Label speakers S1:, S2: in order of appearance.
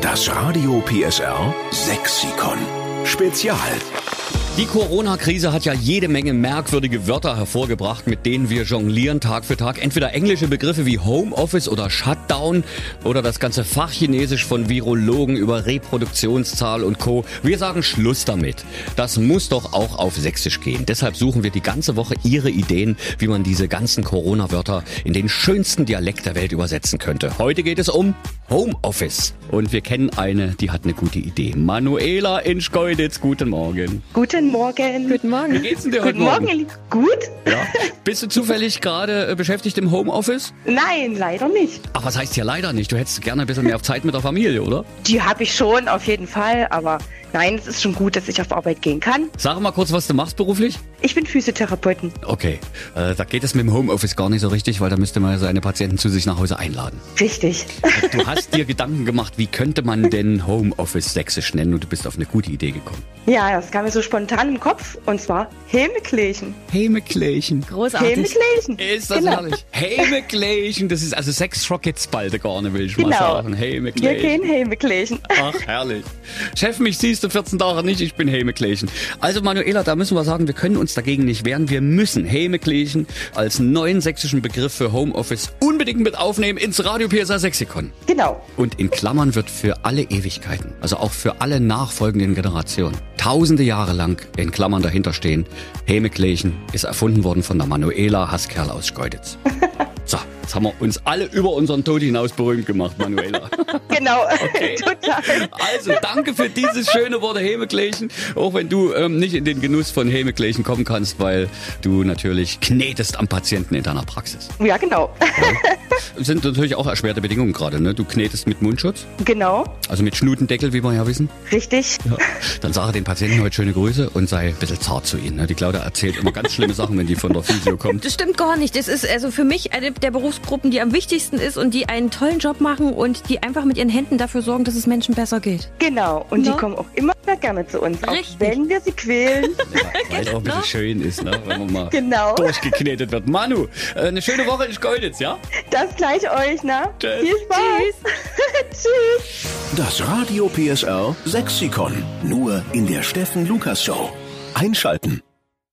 S1: Das Radio PSR Sexikon. Spezial.
S2: Die Corona-Krise hat ja jede Menge merkwürdige Wörter hervorgebracht, mit denen wir jonglieren Tag für Tag. Entweder englische Begriffe wie Homeoffice oder Shutdown oder das ganze Fachchinesisch von Virologen über Reproduktionszahl und Co. Wir sagen Schluss damit. Das muss doch auch auf Sächsisch gehen. Deshalb suchen wir die ganze Woche Ihre Ideen, wie man diese ganzen Corona-Wörter in den schönsten Dialekt der Welt übersetzen könnte. Heute geht es um Homeoffice. Und wir kennen eine, die hat eine gute Idee. Manuela in Schkeuditz, guten Morgen.
S3: Guten Morgen.
S4: Guten
S2: Wie
S4: Morgen.
S2: geht's denn dir heute
S3: Guten Morgen, ihr Lieben. Gut?
S2: Ja. Bist du zufällig gerade äh, beschäftigt im Homeoffice?
S3: Nein, leider nicht.
S2: Ach, was heißt ja leider nicht? Du hättest gerne ein bisschen mehr Zeit mit der Familie, oder?
S3: Die habe ich schon, auf jeden Fall. Aber nein, es ist schon gut, dass ich auf Arbeit gehen kann.
S2: Sag mal kurz, was du machst beruflich.
S3: Ich bin Physiotherapeutin.
S2: Okay, äh, da geht es mit dem Homeoffice gar nicht so richtig, weil da müsste man ja seine Patienten zu sich nach Hause einladen.
S3: Richtig.
S2: Du hast dir Gedanken gemacht, wie könnte man denn Homeoffice sächsisch nennen und du bist auf eine gute Idee gekommen.
S3: Ja, das kam mir so spontan im Kopf. Und zwar Hämeklärchen.
S2: Hemeklärchen.
S4: Großartig.
S3: Hämeklärchen.
S2: Ah, Ist das herrlich? Hemeklärchen, das ist also sechs Rockets bald der Garne, will ich mal
S3: Genau.
S2: sagen.
S3: Wir
S2: Hemeklärchen.
S3: gehen Hämeklärchen.
S2: Ach, herrlich. Chef, mich siehst du 14 Tage nicht, ich bin Hämeklärchen. Also Manuela, da müssen wir sagen, wir können uns dagegen nicht wehren. Wir müssen Hämeklärchen als neuen sächsischen Begriff für Homeoffice unbedingt mit aufnehmen ins Radio PSA Sexikon.
S3: Genau.
S2: Und in Klammern wird für alle Ewigkeiten, also auch für alle nachfolgenden Generationen, tausende Jahre lang in Klammern dahinter stehen, Hämeklärchen ist erfunden worden von der Manuela Haskerl aus Schkeuditz. So, jetzt haben wir uns alle über unseren Tod hinaus berühmt gemacht, Manuela.
S3: Genau. Total.
S2: Also, danke für dieses schöne Wort Hämeklärchen. Auch wenn du ähm, nicht in den Genuss von Hämeklärchen kommen kannst, weil du natürlich knetest am Patienten in deiner Praxis.
S3: Ja, genau.
S2: Sind natürlich auch erschwerte Bedingungen gerade, ne? Du knetest mit Mundschutz,
S3: Genau.
S2: also mit Schnutendeckel, wie wir ja wissen.
S3: Richtig.
S2: Dann sage den Patienten heute schöne Grüße und sei ein bisschen zart zu ihnen. Ne? Die Claudia erzählt immer ganz schlimme Sachen, wenn die von der Physio kommt.
S4: Das stimmt gar nicht. Das ist also für mich eine der Berufsgruppen, die am wichtigsten ist und die einen tollen Job machen und die einfach mit ihren Händen dafür sorgen, dass es Menschen besser geht.
S3: Genau. Und
S4: Ja.
S3: die kommen auch immer mehr gerne zu uns.
S4: Richtig.
S3: Auch wenn wir sie quälen.
S2: Weil es auch ein bisschen schön ist, ne? wenn man mal
S3: Genau.
S2: durchgeknetet wird. Manu, äh, eine schöne Woche in Schkeuditz, ja?
S3: Das gleich euch, ne?
S2: Tschüss.
S3: Viel Spaß. Tschüss.
S1: Das Radio PSR Sexikon. Nur in der Steffen Lukas Show. Einschalten.